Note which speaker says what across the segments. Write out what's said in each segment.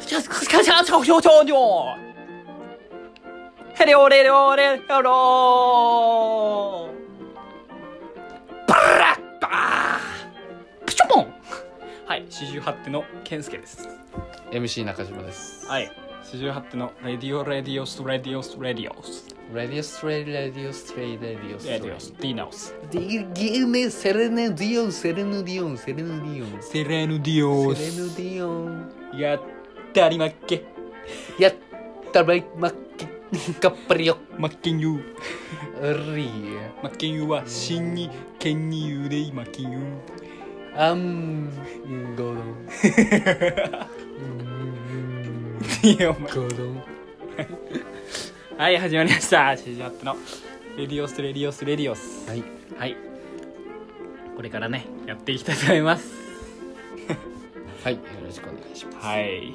Speaker 1: ちょ、ちょ、ちょ、ちょ、ちょ、ちょ、ちょ。ヘレオレレオレレオローバラッバープチョポンはい、四十八手の健介です。
Speaker 2: MC 中島です。
Speaker 1: はい、四十八手のレディオレディオスレディオスレディオス
Speaker 2: レディオストレイ、レディオストレイ、レディオスト
Speaker 1: レ
Speaker 2: レイ。
Speaker 1: ディオスディナオス
Speaker 2: ディギーメ、セレネディオン、セレヌディオン、セレヌディオン。
Speaker 1: セレヌディオ
Speaker 2: セレヌ
Speaker 1: ス
Speaker 2: ディオン。
Speaker 1: やったり負け
Speaker 2: やったばい、まっき、かっぱりよ。
Speaker 1: 負けんよー
Speaker 2: うりー。
Speaker 1: 負けんよーは真に剣に言うで負けんよー
Speaker 2: あん、ごどん。うん
Speaker 1: いやお前
Speaker 2: ごどん。
Speaker 1: はい始まりましたシジアップのレディオスレディオスレディオス
Speaker 2: はい。
Speaker 1: はいこれからねやっていきたいと思います
Speaker 2: はい、よろしくお願いします。
Speaker 1: はい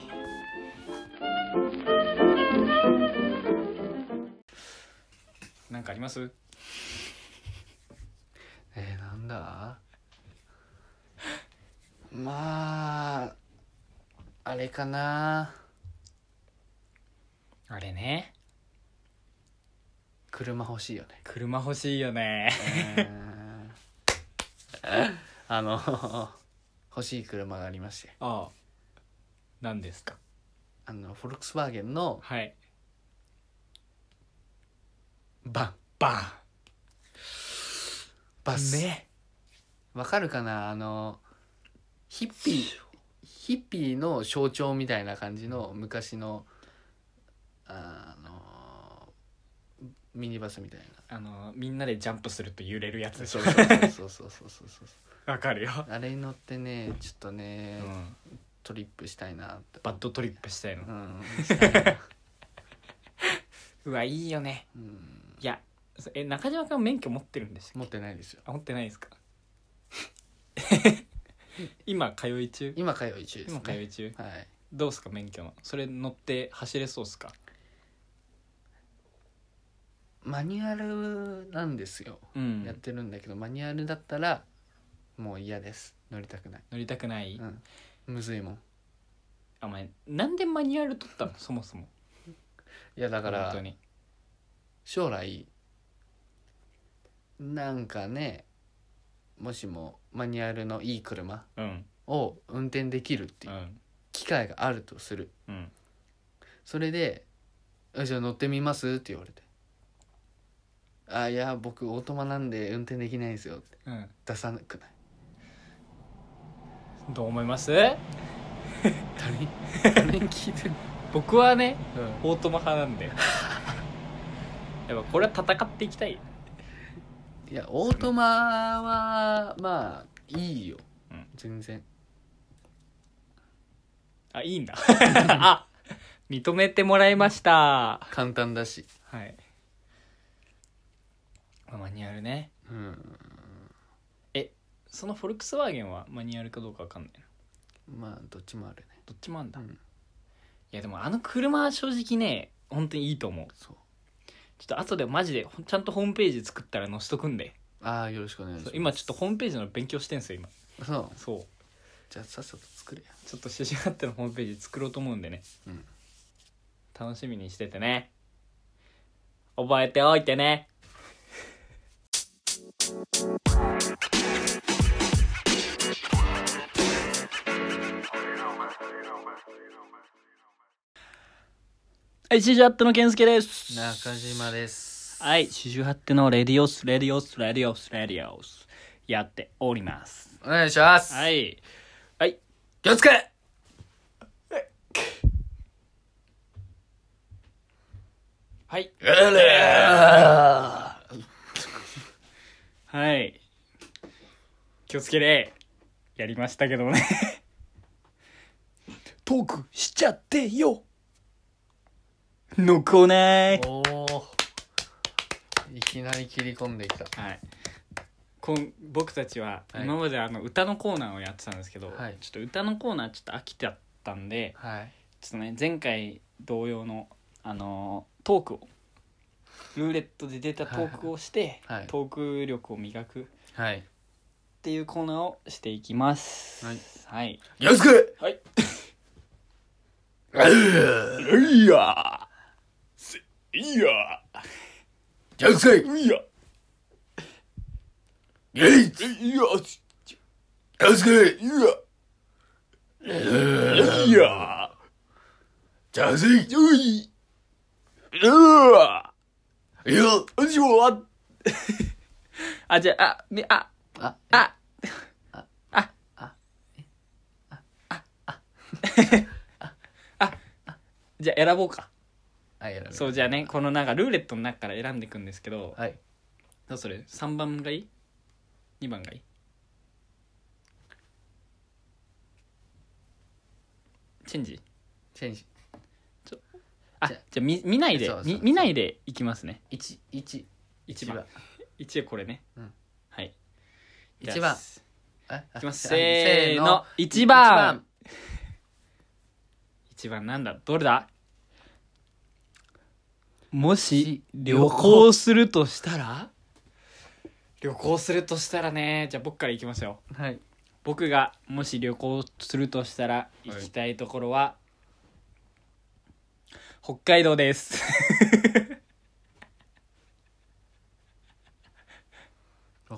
Speaker 1: なんかあります
Speaker 2: えー、なんだまああれかな
Speaker 1: あれね
Speaker 2: 車欲しいよね
Speaker 1: 車欲しいよね
Speaker 2: うーん あの欲しい車がありまして
Speaker 1: ああ何ですか
Speaker 2: あのフォルクスワーゲンの
Speaker 1: はい
Speaker 2: バン
Speaker 1: バ
Speaker 2: バスわ、
Speaker 1: ね
Speaker 2: かるかなあのヒッピーヒッピーの象徴みたいな感じの昔のあのミニバスみたいな
Speaker 1: あのみんなでジャンプすると揺れるやつでし
Speaker 2: そ
Speaker 1: ょ
Speaker 2: うそうそうそうそうそうそうそう
Speaker 1: わかるよ、
Speaker 2: あれに乗ってねちょっとね、
Speaker 1: うん、
Speaker 2: トリップしたいなって
Speaker 1: バッドトリップしたいの
Speaker 2: うんしたいな
Speaker 1: うわいいよね
Speaker 2: うん
Speaker 1: いやそえ中島君免許持ってるんでしたっ
Speaker 2: 持っ
Speaker 1: け
Speaker 2: てないですよ
Speaker 1: あ持ってない ですか今通い中
Speaker 2: 今通い中です、
Speaker 1: 今、
Speaker 2: ね
Speaker 1: 通い中
Speaker 2: はい
Speaker 1: どうすか免許のそれ乗って走れそうっすか
Speaker 2: マニュアルなんですよ、
Speaker 1: うん
Speaker 2: やってるんだけどマニュアルだったらもう嫌です乗りたくない、
Speaker 1: 乗りたくない、
Speaker 2: うん、むずいもん
Speaker 1: あお前なんでマニュアル取ったのそもそも
Speaker 2: いやだ
Speaker 1: だ
Speaker 2: から
Speaker 1: 本当に
Speaker 2: 将来なんかねもしもマニュアルのいい車
Speaker 1: うん
Speaker 2: を運転できるって
Speaker 1: う
Speaker 2: いうん機会があるとする
Speaker 1: うん
Speaker 2: それで「あじゃあ乗ってみます?」って言われて「あいや僕オートマなんで運転できないんですよ」って
Speaker 1: うん
Speaker 2: 出さなくない
Speaker 1: どう思います
Speaker 2: 誰に誰に聞いてる、
Speaker 1: 僕はね
Speaker 2: うん、
Speaker 1: オートマ派なんで やっぱこれは戦っていきたい
Speaker 2: いやオートマはまあいいよ、
Speaker 1: うん
Speaker 2: 全然
Speaker 1: あいいん だあ認めてもらいました
Speaker 2: 簡単だし
Speaker 1: はい。まあマニュアルね。
Speaker 2: うん
Speaker 1: そのフォルクスワーゲンはマニュアルかどうかわかんないな。
Speaker 2: まあどっちもあるね
Speaker 1: どっちもあんだ。
Speaker 2: うん
Speaker 1: いやでもあの車は正直ね、本当にいいと思う。
Speaker 2: そう
Speaker 1: ちょっと後でマジでほんちゃんとホームページ作ったら載せとくんで。
Speaker 2: ああよろしくお願いしま
Speaker 1: そう
Speaker 2: す
Speaker 1: 今ちょっとホームページの勉強してんすよ、今。
Speaker 2: そう
Speaker 1: そう。
Speaker 2: じゃあさっさと作れや
Speaker 1: ちょっと写真あってのホームページ作ろうと思うんでね。
Speaker 2: うん
Speaker 1: 楽しみにしててね。覚えておいてね。はい、シジュアットの健介です。
Speaker 2: 中島です
Speaker 1: はい、シジュアットのレディオス、レディオス、レディオス、レディオス、やっております。
Speaker 2: お願いします、
Speaker 1: はい。はい。
Speaker 2: 気をつけ
Speaker 1: はい。
Speaker 2: うら
Speaker 1: はい。気をつけれ。やりましたけどね。 トークしちゃってよ。のコーナー。
Speaker 2: おおいきなり切り込んできた
Speaker 1: はい。こん僕たちは
Speaker 2: はい
Speaker 1: 今まであの歌のコーナーをやってたんですけど、
Speaker 2: はい
Speaker 1: ちょっと歌のコーナーちょっと飽きちゃったんで
Speaker 2: はい
Speaker 1: ちょっとね前回同様の、あのートークをルーレットで出たトークをして、
Speaker 2: はいはい
Speaker 1: トーク力を磨く
Speaker 2: はい
Speaker 1: っていうコーナーをしていきます。
Speaker 2: はい。
Speaker 1: はい。
Speaker 2: よろしく
Speaker 1: はい。
Speaker 2: う
Speaker 1: いやいや
Speaker 2: ジャンクイ
Speaker 1: いやい
Speaker 2: イイ
Speaker 1: や
Speaker 2: ジャンクイ
Speaker 1: いやいや
Speaker 2: ジャンクイ
Speaker 1: ういうわ
Speaker 2: いや
Speaker 1: うしょああじゃああみあ
Speaker 2: あ、
Speaker 1: あああじゃあ選ぼうか
Speaker 2: あ、やられ
Speaker 1: そうじゃあねこのなんかルーレットの中から選んでいくんですけど
Speaker 2: はい。
Speaker 1: どうする3番がいい ?2 番がいいチェンジ
Speaker 2: チェンジ。
Speaker 1: あ
Speaker 2: じ
Speaker 1: じゃあ
Speaker 2: ゃ
Speaker 1: 見見ないで
Speaker 2: そうそう
Speaker 1: み
Speaker 2: そう
Speaker 1: 見ないでいきますね
Speaker 2: 一、一、
Speaker 1: 一番。一応これね、
Speaker 2: うん
Speaker 1: はい
Speaker 2: 一番
Speaker 1: じゃあ
Speaker 2: あ
Speaker 1: いきます
Speaker 2: あ
Speaker 1: せーの
Speaker 2: 一
Speaker 1: 一番一番なんだどれだもし
Speaker 2: し
Speaker 1: 旅行するとしたら旅行するとしたらねじゃあ僕からいきますよ
Speaker 2: 一番はい。
Speaker 1: 僕がもし旅行するとしたら行きたいところは、北海道です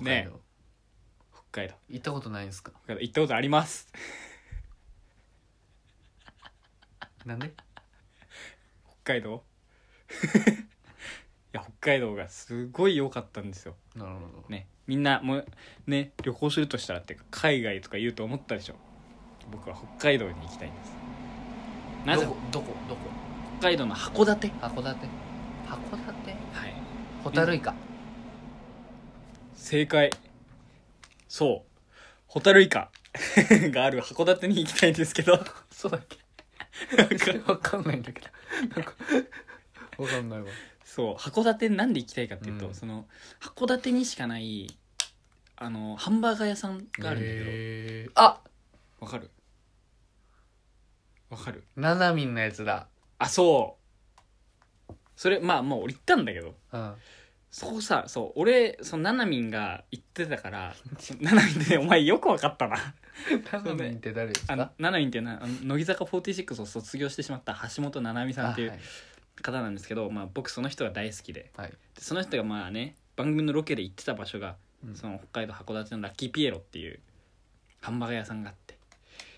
Speaker 1: ね
Speaker 2: 北海道
Speaker 1: 北海道
Speaker 2: 行ったことないんですか
Speaker 1: 北海道行ったことあります
Speaker 2: なんで
Speaker 1: 北海道 いや北海道がすごい良かったんですよ
Speaker 2: なるほど。
Speaker 1: ねみんなもうね旅行するとしたらっていうか海外とか言うと思ったでしょ僕は北海道に行きたいんですなぜ
Speaker 2: どこどこどこ
Speaker 1: 北海道の函館
Speaker 2: 函館函館
Speaker 1: はい
Speaker 2: ホタルイカ
Speaker 1: 正解そうホタルイカ がある函館に行きたいんですけど
Speaker 2: そうだっけ
Speaker 1: なんか
Speaker 2: わかんないんだけど なんかわかんないわ
Speaker 1: そう函館なんで行きたいかっていうと、
Speaker 2: うん
Speaker 1: その函館にしかないあのハンバーガー屋さんがあるんだけど
Speaker 2: へーあ
Speaker 1: わかるわかる
Speaker 2: ななみんのやつだ
Speaker 1: あそうそれまあもう俺行ったんだけど
Speaker 2: うん
Speaker 1: そこさそう俺そのななみんが行ってたから そのななみんってねお前よくわかったな
Speaker 2: ななみんって誰です
Speaker 1: あの
Speaker 2: か
Speaker 1: ななみんってなあの乃木坂46を卒業してしまった橋本ななみさんっていう
Speaker 2: あはい
Speaker 1: 方なんですけど、まあ、僕その人が大好きで
Speaker 2: はい
Speaker 1: でその人がまあね番組のロケで行ってた場所が
Speaker 2: うん
Speaker 1: その北海道函館のラッキーピエロっていうハンバーガー屋さんがあって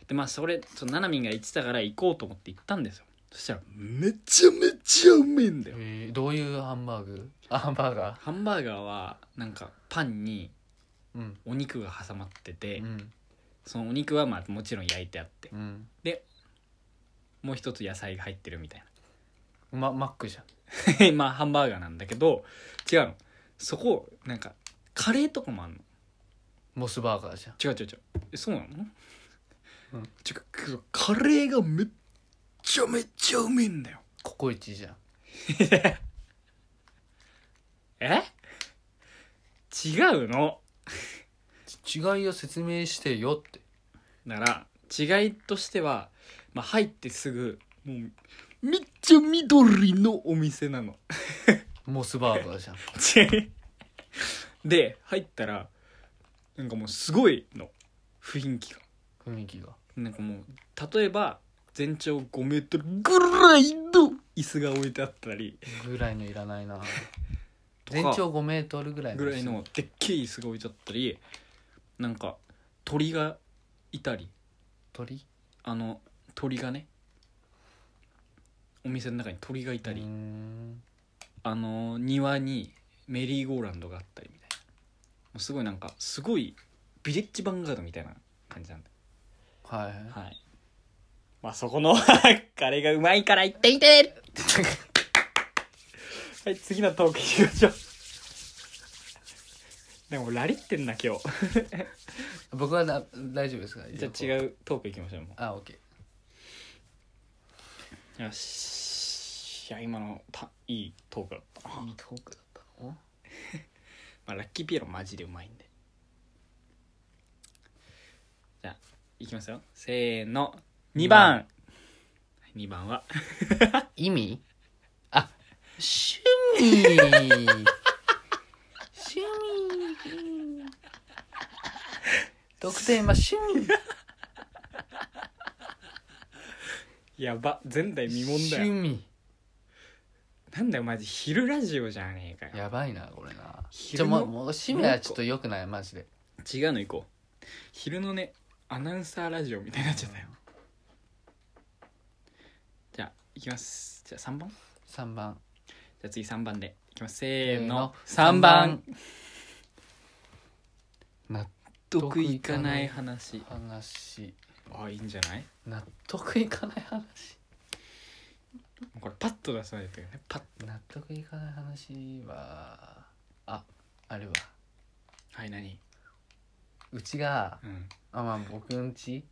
Speaker 1: でまあそれそのななみんが行ってたから行こうと思って行ったんですよそしたらめちゃめちゃうめえんだよ
Speaker 2: へーどういうハンバーグあハンバーガー
Speaker 1: ハンバーガーはなんかパンに
Speaker 2: うん
Speaker 1: お肉が挟まってて、
Speaker 2: うん
Speaker 1: そのお肉はまあもちろん焼いてあって
Speaker 2: うん
Speaker 1: もう一つ野菜が入ってるみたい
Speaker 2: まマックじゃん
Speaker 1: な まあハンバーガーなんだけど違うのそこなんかカレーとかもあんの
Speaker 2: モスバーガーじ
Speaker 1: 違
Speaker 2: ゃん
Speaker 1: う違う違うえそうなの、
Speaker 2: うん
Speaker 1: 違うくそカレーがめっちゃめっちゃうめえんだよ
Speaker 2: ココイチじゃん
Speaker 1: え違うの
Speaker 2: ち違いを説明してよって
Speaker 1: だから違いとしては、まあ、入ってすぐもうめっちゃ緑のお店なの
Speaker 2: モスバーガー じゃん
Speaker 1: で入ったらなんかもうすごいの雰囲気が
Speaker 2: 雰囲気が
Speaker 1: なんかもう例えば全長5メートルぐらいの椅子が置いてあったり
Speaker 2: ぐらいのいらないな
Speaker 1: とか
Speaker 2: 全長5メートルぐらい
Speaker 1: ぐらいのでっけえ椅子が置いてあったりなんか鳥がいたり
Speaker 2: 鳥
Speaker 1: あの鳥がねお店の中に鳥がいたり、
Speaker 2: うーん
Speaker 1: あの庭にメリーゴーランドがあったりみたいなもうすごいなんかすごいビレッジヴァンガードみたいな感じなんだ
Speaker 2: はいはい
Speaker 1: はいまあそこの カレーがうまいから行ってみて るはい次のトークいきましょうでもラリってんな今日
Speaker 2: 僕はな大丈夫ですか
Speaker 1: じゃあ違うトークいきましょうも
Speaker 2: あオッケ
Speaker 1: うよしいや今のたいいトークだったな
Speaker 2: ーいいトークだったの
Speaker 1: まあ、ラッキーピエロマジでうまいんでじゃあいきますよせーの2番2番は
Speaker 2: 意味あ趣味趣味特典は趣味
Speaker 1: やば前代未聞だ
Speaker 2: 趣
Speaker 1: よ
Speaker 2: 味
Speaker 1: なんだよマジ昼ラジオじゃねえかよ
Speaker 2: やばいなこれなじゃ
Speaker 1: 昼
Speaker 2: あ
Speaker 1: の
Speaker 2: もうもう趣味はちょっと良くないマジで
Speaker 1: 違うの行こう昼のねアナウンサーラジオみたいになっちゃったよじゃあ行きますじゃあ3番じ
Speaker 2: 3番
Speaker 1: ゃあ次3番でいきますせ
Speaker 2: せ
Speaker 1: ー
Speaker 2: ー
Speaker 1: の
Speaker 2: の
Speaker 1: 3番
Speaker 2: 納
Speaker 1: 得いかない話
Speaker 2: 話
Speaker 1: あいいんじゃない
Speaker 2: 納得いかない話
Speaker 1: これパッと出さないとねパッ
Speaker 2: 納得いかない話はああるわ
Speaker 1: はい何
Speaker 2: うちが
Speaker 1: うん
Speaker 2: あまあ僕ん家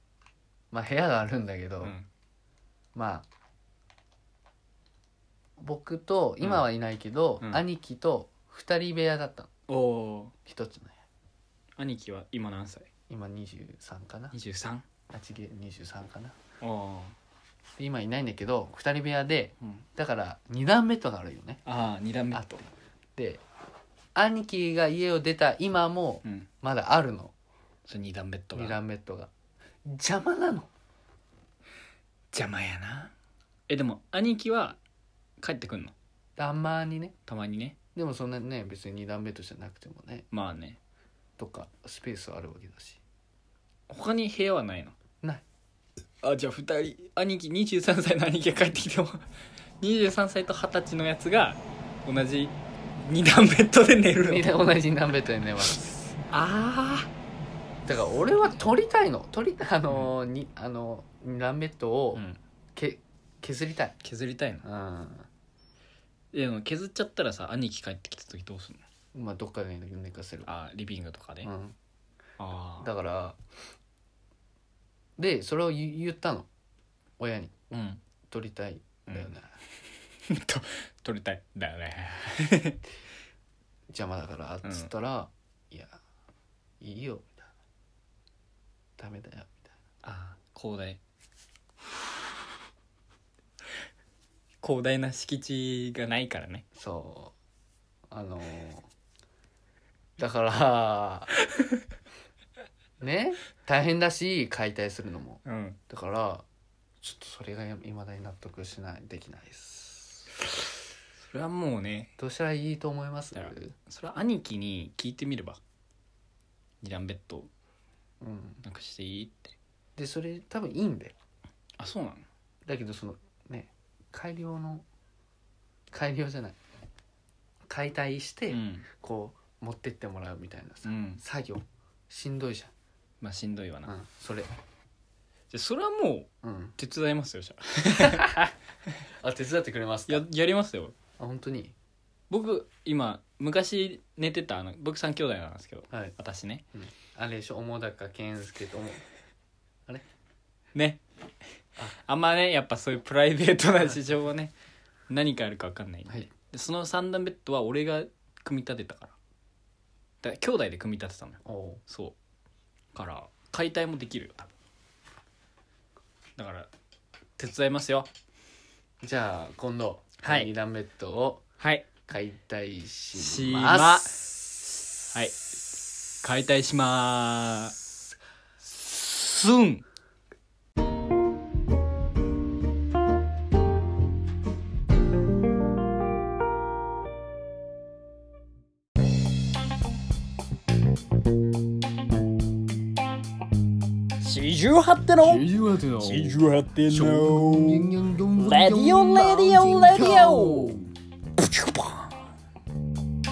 Speaker 2: まあ部屋があるんだけど、
Speaker 1: うん
Speaker 2: まあ僕と今はいないけど、
Speaker 1: うんうん
Speaker 2: 兄貴と二人部屋だったの
Speaker 1: おお
Speaker 2: 一つの部屋
Speaker 1: ー兄貴は今何歳
Speaker 2: 今23かな
Speaker 1: ?23
Speaker 2: あちげ23かな
Speaker 1: おお
Speaker 2: で今いないんだけど二人部屋で
Speaker 1: ー、うん、
Speaker 2: だから二段ベッドがあるよね
Speaker 1: ああ2段目
Speaker 2: あってで兄貴が家を出た今も
Speaker 1: うん
Speaker 2: まだあるの
Speaker 1: そ2段ベッドが
Speaker 2: 二段ベッドが邪魔なの
Speaker 1: 邪魔やなえでも兄貴は帰ってくんの
Speaker 2: たまにね
Speaker 1: たまにね
Speaker 2: でもそんなね別に二段ベッドじゃなくてもね
Speaker 1: まあね
Speaker 2: とかスペースはあるわけだ し
Speaker 1: 他に部屋はないの
Speaker 2: ない
Speaker 1: あじゃあ2人兄貴23歳の兄貴が帰ってきても 23歳と20歳のやつが同じ2段ベッドで寝る
Speaker 2: みん
Speaker 1: の
Speaker 2: な同じ二段ベッドで寝ます
Speaker 1: あ
Speaker 2: だから俺は取りたいの取りあのーにあのー二段ベッド
Speaker 1: あ、
Speaker 2: を
Speaker 1: うん、
Speaker 2: け削りたい
Speaker 1: 削りたいの
Speaker 2: うん
Speaker 1: でも削っちゃったらさ兄貴帰ってきた時どうすんの
Speaker 2: まあどっかで寝かせる
Speaker 1: あリビングとかで、
Speaker 2: う
Speaker 1: あ
Speaker 2: ん
Speaker 1: あ
Speaker 2: だからでそれを言言ったの親に
Speaker 1: うん
Speaker 2: 取りたいんだよね、
Speaker 1: と取りたいだよ ね
Speaker 2: 邪魔だから
Speaker 1: うん
Speaker 2: っつったら「いやいいよ」みたいな「ダメだよ」みたい
Speaker 1: ああ広大広大な敷地がないからね
Speaker 2: なそうあのーだから ね大変だし解体するのも
Speaker 1: うん
Speaker 2: だからちょっとそれがいまだに納得しないできないです
Speaker 1: それはもうね
Speaker 2: どうしたらいいと思います
Speaker 1: だからそれは兄貴に聞いてみれば二段ベッド
Speaker 2: うん
Speaker 1: なくしていいって
Speaker 2: でそれ多分いいんだよ
Speaker 1: あそうなの
Speaker 2: だけどそのね改良の改良じゃない解体して、
Speaker 1: うん、
Speaker 2: こう持ってってもらうみたい
Speaker 1: う
Speaker 2: なさ、
Speaker 1: ん、
Speaker 2: 作業しんどいじ
Speaker 1: まあしんどいわ
Speaker 2: ゃ
Speaker 1: な、
Speaker 2: ん、うん、それ、
Speaker 1: じゃあそれはもう
Speaker 2: うん、
Speaker 1: 手伝いますよじゃあ
Speaker 2: あ手伝ってくれます
Speaker 1: ややりますよ
Speaker 2: あ本当に
Speaker 1: 僕今昔寝てたあの僕3兄弟なんですけど
Speaker 2: はい
Speaker 1: 私ね
Speaker 2: あれでしょ桃高健介とも
Speaker 1: ねあんまねやっぱそういうプライベートな事情はね何かあるか分かんないんで,、
Speaker 2: はい
Speaker 1: でその三段ベッドは俺が組み立てたからだから兄弟で組み立てたのよ
Speaker 2: おお
Speaker 1: そうから解体もできるよ多分だから手伝いますよ
Speaker 2: うじゃあ今度
Speaker 1: はい
Speaker 2: 二段ベッドを
Speaker 1: はい
Speaker 2: 解体し
Speaker 1: しま
Speaker 2: ます
Speaker 1: すはい解体しまーすすん
Speaker 3: 四十八点の四十八点のレディオレディオレディオプチュパン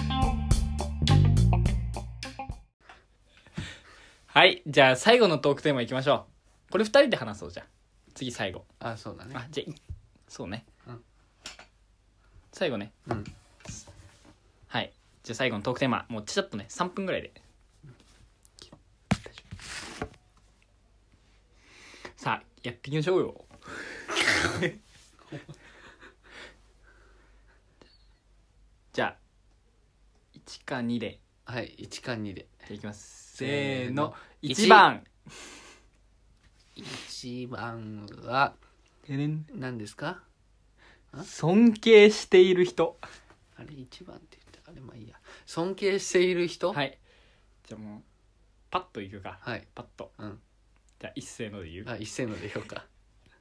Speaker 1: はいじゃあ最後のトークテーマいきましょうこれ2人で話そうじゃあ次最後
Speaker 2: あそうだね
Speaker 1: あじゃあいそうね、
Speaker 2: うん
Speaker 1: 最後ね
Speaker 2: うん
Speaker 1: はいじゃあ最後のトークテーマもうちょっとね3分ぐらいでさあやっていきましょう よじゃあ1か2で
Speaker 2: はい一か二で
Speaker 1: じゃあいきます
Speaker 2: せ
Speaker 1: せー
Speaker 2: ー
Speaker 1: の
Speaker 2: の
Speaker 1: 1番
Speaker 2: 一番は何ですか
Speaker 1: 尊敬している人
Speaker 2: あれ一番って言ったあれまあいいや尊敬している人
Speaker 1: はいじゃあもうパッといくか
Speaker 2: はい
Speaker 1: パッと
Speaker 2: うん
Speaker 1: じゃあ一斉ので言う、
Speaker 2: あ一斉ので言おうか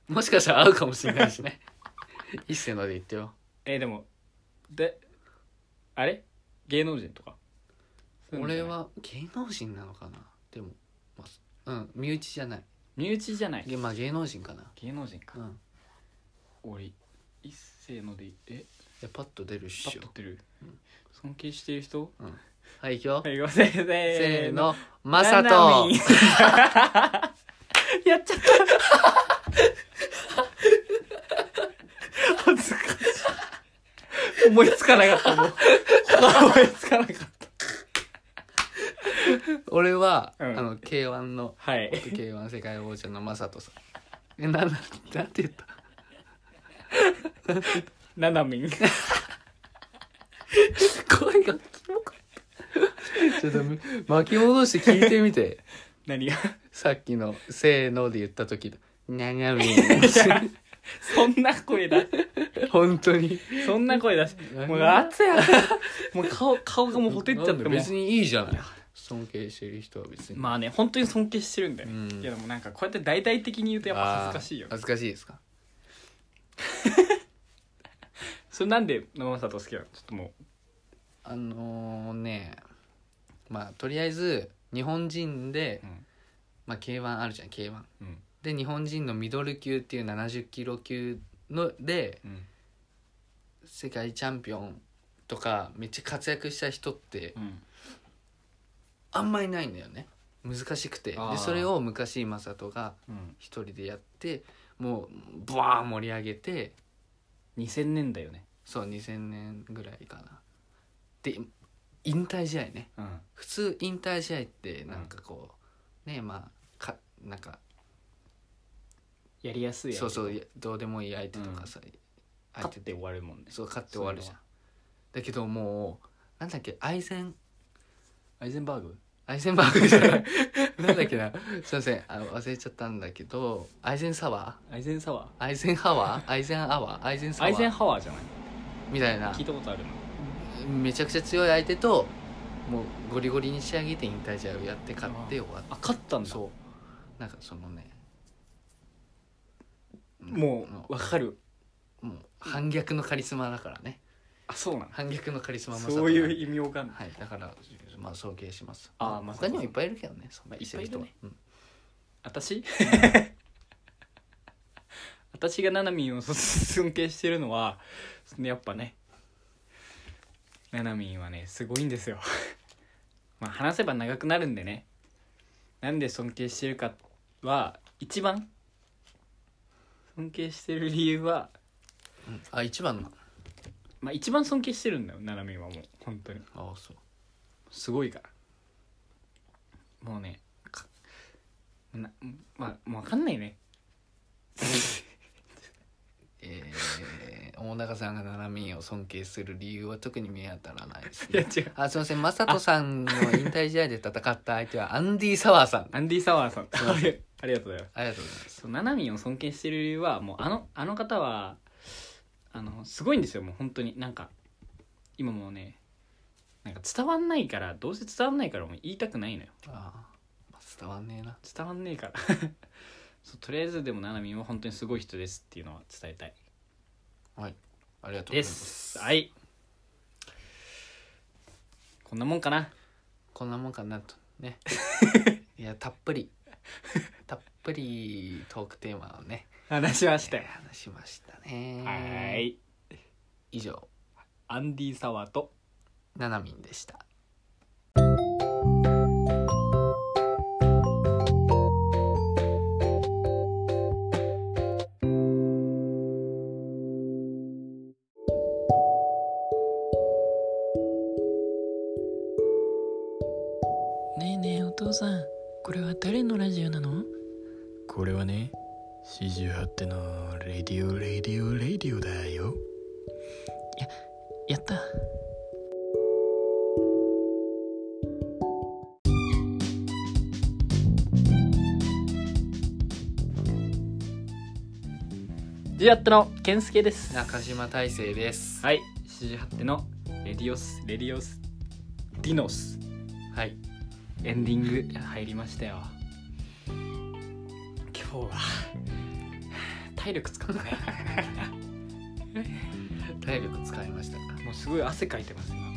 Speaker 2: もしかしたら合うかもしれないし ね一世ので言ってよ
Speaker 1: えーでもであれ芸能人とかそういうのじゃな
Speaker 2: 俺
Speaker 1: い
Speaker 2: は芸能人なのかなでも、まあ、うん身内じ ゃない
Speaker 1: 身内じゃない
Speaker 2: げまあ芸能人かな
Speaker 1: 芸能人か
Speaker 2: うん
Speaker 1: 俺一世のでえ
Speaker 2: じゃパッと出るっ
Speaker 1: パ
Speaker 2: し
Speaker 1: ッと
Speaker 2: ょ
Speaker 1: ってる尊敬してる人
Speaker 2: はいいくよ
Speaker 1: はい行きますせ
Speaker 2: せー
Speaker 1: ーの
Speaker 2: のまさと
Speaker 1: ナナミン やっちゃった恥ずかしい思 いつかなかったもう思いつかなかっ
Speaker 2: 俺は、
Speaker 1: うん
Speaker 2: あの k 1の
Speaker 1: たはい
Speaker 2: k 1世界王者のまさとさんえなななんて言った
Speaker 1: ナナミン
Speaker 2: 声がキモかったちょっとみ巻き戻して聞いて みて
Speaker 1: 何が
Speaker 2: さっきの「せーの」で言った時「にゃに ゃみ
Speaker 1: そんな声だ
Speaker 2: 本当に
Speaker 1: そんな声だしもう熱やもう顔顔がもうほてっちゃって
Speaker 2: なんだ
Speaker 1: もう
Speaker 2: 別にいいじゃない尊敬してる人は別に
Speaker 1: まあね本当に尊敬してるんだよ、
Speaker 2: うん
Speaker 1: いやでもなんかこうやって大々的に言うとやっぱ恥ずかしいよ
Speaker 2: あー恥ずかしいですか
Speaker 1: それなんで生マサト好きなのちょっとも
Speaker 2: あのねまあとりあえず日本人で、
Speaker 1: うん
Speaker 2: まあ k 1あるじゃん k 1
Speaker 1: ううん
Speaker 2: で日本人のミドル級っていう70キロ級ので
Speaker 1: うん
Speaker 2: 世界チャンピオンとかめっちゃ活躍した人って
Speaker 1: うん
Speaker 2: あんまりないんだよね難しくて
Speaker 1: あー
Speaker 2: でそれを昔マサトが
Speaker 1: うん
Speaker 2: 一人でやってもうブワーン盛り上げて
Speaker 1: 2000年だよね
Speaker 2: そう2000年ぐらいかなで引退試合ね
Speaker 1: うん
Speaker 2: 普通引退試合ってなんかこう、ねまあかなんか
Speaker 1: やりやすいやつ
Speaker 2: そうそういやどうでもいい相手とかさ、相
Speaker 1: 勝
Speaker 2: 手
Speaker 1: って終わるもんね
Speaker 2: そう勝って終わるじゃんだけどもうなんだっけアイゼン
Speaker 1: アイゼンバーグ
Speaker 2: アイゼンバーグじゃない なんだっけなすいませんあの忘れちゃったんだけどアイゼンサワ
Speaker 1: アイゼンサワ
Speaker 2: ーアイゼンハワーアイゼンアワーアイゼン
Speaker 1: ー
Speaker 2: サ
Speaker 1: ア
Speaker 2: ワ
Speaker 1: イゼン
Speaker 2: ー
Speaker 1: ハワーじゃない
Speaker 2: みたいな
Speaker 1: 聞いたことあるの
Speaker 2: めちゃくちゃ強い相手ともうゴリゴリに仕上げて引退試合をやって勝って終わった
Speaker 1: あ勝ったんだ
Speaker 2: そうなんかそのね
Speaker 1: もうわかる
Speaker 2: うもう反逆のカリスマだからね
Speaker 1: あそうなの
Speaker 2: 反逆のカリスマ正人
Speaker 1: そういう意味わかんない
Speaker 2: はいだからまあ尊敬します
Speaker 1: あー
Speaker 2: ま
Speaker 1: ま
Speaker 2: あ
Speaker 1: あ
Speaker 2: 他にもいっぱいいるけどねそんな
Speaker 1: まあいっ
Speaker 2: 人
Speaker 1: ぱいいるね
Speaker 2: はうん
Speaker 1: 私私がななみんをそ尊敬してるのはそのやっぱねななみんはねすごいんですよまあ話せば長くなるんでねなんで尊敬してるかは一番尊敬してる理由は
Speaker 2: うんあ一番の
Speaker 1: まあ一番尊敬してるんだよななみんはもう本当に
Speaker 2: ああそう
Speaker 1: すごいからもうねかなまあもう分かんないね
Speaker 2: えー、大中さんがナナミンを尊敬する理由は特に見当たらないです
Speaker 1: いや
Speaker 2: ね
Speaker 1: 違う
Speaker 2: あすいませんマサトさんの引退試合で戦った相手はアンディ・サワーさん
Speaker 1: アンディ・サワーさん ありありがとうございます
Speaker 2: ありがとうございます
Speaker 1: そうナナミンを尊敬してる理由はもうあのあの方はあのすごいんですよもう本当になんか今もうねなんか伝わんないからどうせ伝わんないからもう言いたくないのよ
Speaker 2: あーまあ伝わんねえな
Speaker 1: 伝わんねえから そうとりあえずでもナナミンは本当にすごい人ですっていうのは伝えたい
Speaker 2: はいありがとうござい
Speaker 1: で
Speaker 2: ます
Speaker 1: すはいこんなもんかな
Speaker 2: こんなもんかな とねいやたっぷり たっぷりトークテーマをね
Speaker 1: 話しましたよ
Speaker 2: 話しましたね
Speaker 1: はーい
Speaker 2: 以上
Speaker 1: アンディ・サワーと
Speaker 2: ななみんでした
Speaker 4: ねえねえお父さんこれは誰のラジオなの
Speaker 5: これはね48手のレディオレディオレディオだよ
Speaker 4: やった
Speaker 1: ジュアットのケンスケです
Speaker 2: 中島大成です
Speaker 1: はい、四十八手のレディオスレディオスディノス
Speaker 2: はい
Speaker 1: エンディング入りましたよ。今日ははあ体力使ったね
Speaker 2: 体力使いましたか
Speaker 1: もうすごい汗かいてます今わ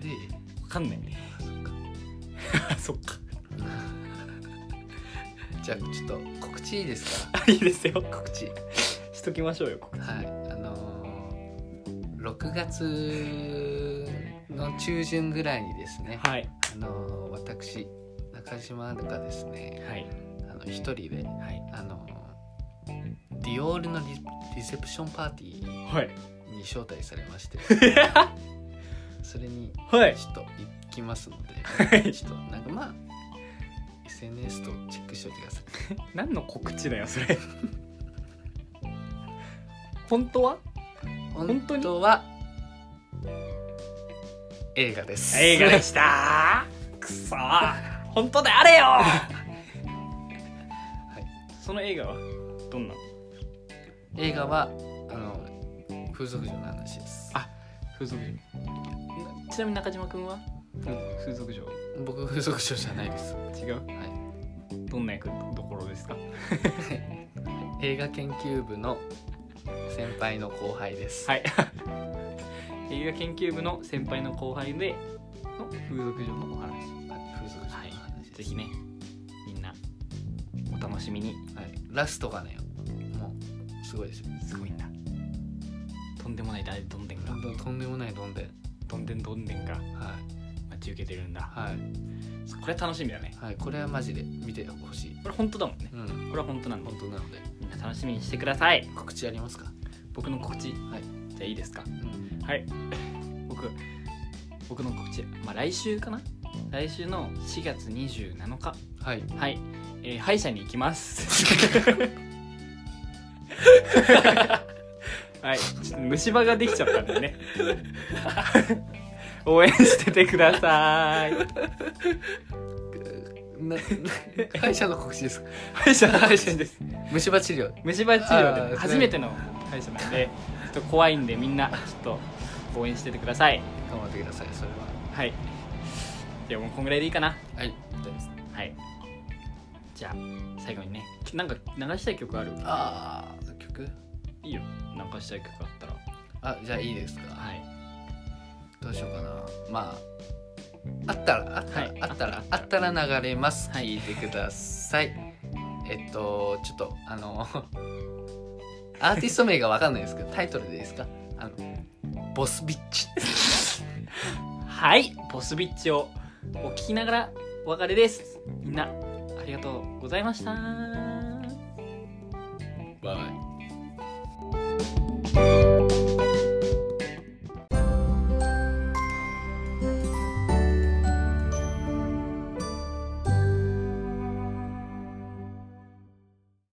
Speaker 2: で
Speaker 1: かんないねそっか
Speaker 2: じゃあちょっと告知いいですか
Speaker 1: いいですよ
Speaker 2: 告知
Speaker 1: しときましょうよここ
Speaker 2: はい、あのー、6月の中旬ぐらいにですね、
Speaker 1: はい
Speaker 2: あのー私中島がですね
Speaker 1: はい
Speaker 2: あの一人で、
Speaker 1: はい
Speaker 2: あのーディオールのリリセプションパーティー
Speaker 1: はい
Speaker 2: に招待されまして それに
Speaker 1: はい
Speaker 2: ちょっと行きますの
Speaker 1: い
Speaker 2: でちょっとなんかまあ SNS とチェックしておいてください
Speaker 1: 何の告知だよそれ 本当は
Speaker 2: 本
Speaker 1: 当に
Speaker 2: 当は映画です
Speaker 1: 映画でしたくそ本当であれ よ、その映画はどんな
Speaker 2: 映画はあの風俗嬢の話です
Speaker 1: あ風俗嬢ちなみに中島くんは風俗嬢
Speaker 2: 僕風俗嬢じゃないです、
Speaker 1: 違う
Speaker 2: は
Speaker 1: どんな役どころですか
Speaker 2: い、映画研究部の先輩の後輩です、
Speaker 1: はい 映画研究部の先輩の後輩での風俗嬢のお話
Speaker 2: 風俗嬢の話です、
Speaker 1: ぜひねみんなお楽しみに
Speaker 2: はい、ラストがねもうすごいですよ
Speaker 1: すごいんだとんでもない大どんでんが
Speaker 2: 本当とんでもないどんでん
Speaker 1: どんでんどんでんが
Speaker 2: はい
Speaker 1: 待ち受けてるんだ
Speaker 2: はい、
Speaker 1: これ楽しみだね
Speaker 2: はい、これはマジで見てほしい
Speaker 1: これ本当だもんね
Speaker 2: うん
Speaker 1: これは本当なんで
Speaker 2: 本当なので
Speaker 1: みんな楽しみにしてください
Speaker 2: 告知ありますか、
Speaker 1: 僕の告知
Speaker 2: はい
Speaker 1: じゃあいいですか
Speaker 2: うん、
Speaker 1: はい僕僕の告知まあ来週かな来週の4月27日
Speaker 2: はい
Speaker 1: はい、えー歯医者に行きます はいちょっと虫歯ができちゃったんでね応援しててください
Speaker 2: な 歯医者の告知ですか
Speaker 1: 歯医者歯医者です
Speaker 2: 虫歯治療
Speaker 1: 虫歯治療
Speaker 2: あ
Speaker 1: で
Speaker 2: ー
Speaker 1: 初めての歯医者なんでちょっと怖いんでみんなちょっと応援しててください
Speaker 2: 頑張ってくださいそれは
Speaker 1: はいじゃあもうこんぐらいでいいかな
Speaker 2: はい大丈夫です
Speaker 1: はいじゃあ最後にねなんか流したい曲ある
Speaker 2: ああ曲
Speaker 1: いいよ流したい曲あったら
Speaker 2: あじゃあいいですか、
Speaker 1: はい
Speaker 2: どうしようかなまああったらあったら、
Speaker 1: はい
Speaker 2: あったら
Speaker 1: あ
Speaker 2: あ
Speaker 1: っ
Speaker 2: ったたら流れます、
Speaker 1: はい
Speaker 2: 聞いてくださいえっとちょっとあのアーティスト名がわかんないですけどタイトルでいいですかあのボスビッチ
Speaker 1: はい、ボスビッチをお聞きながらお別れです。みんなありがとうございました。
Speaker 2: バイ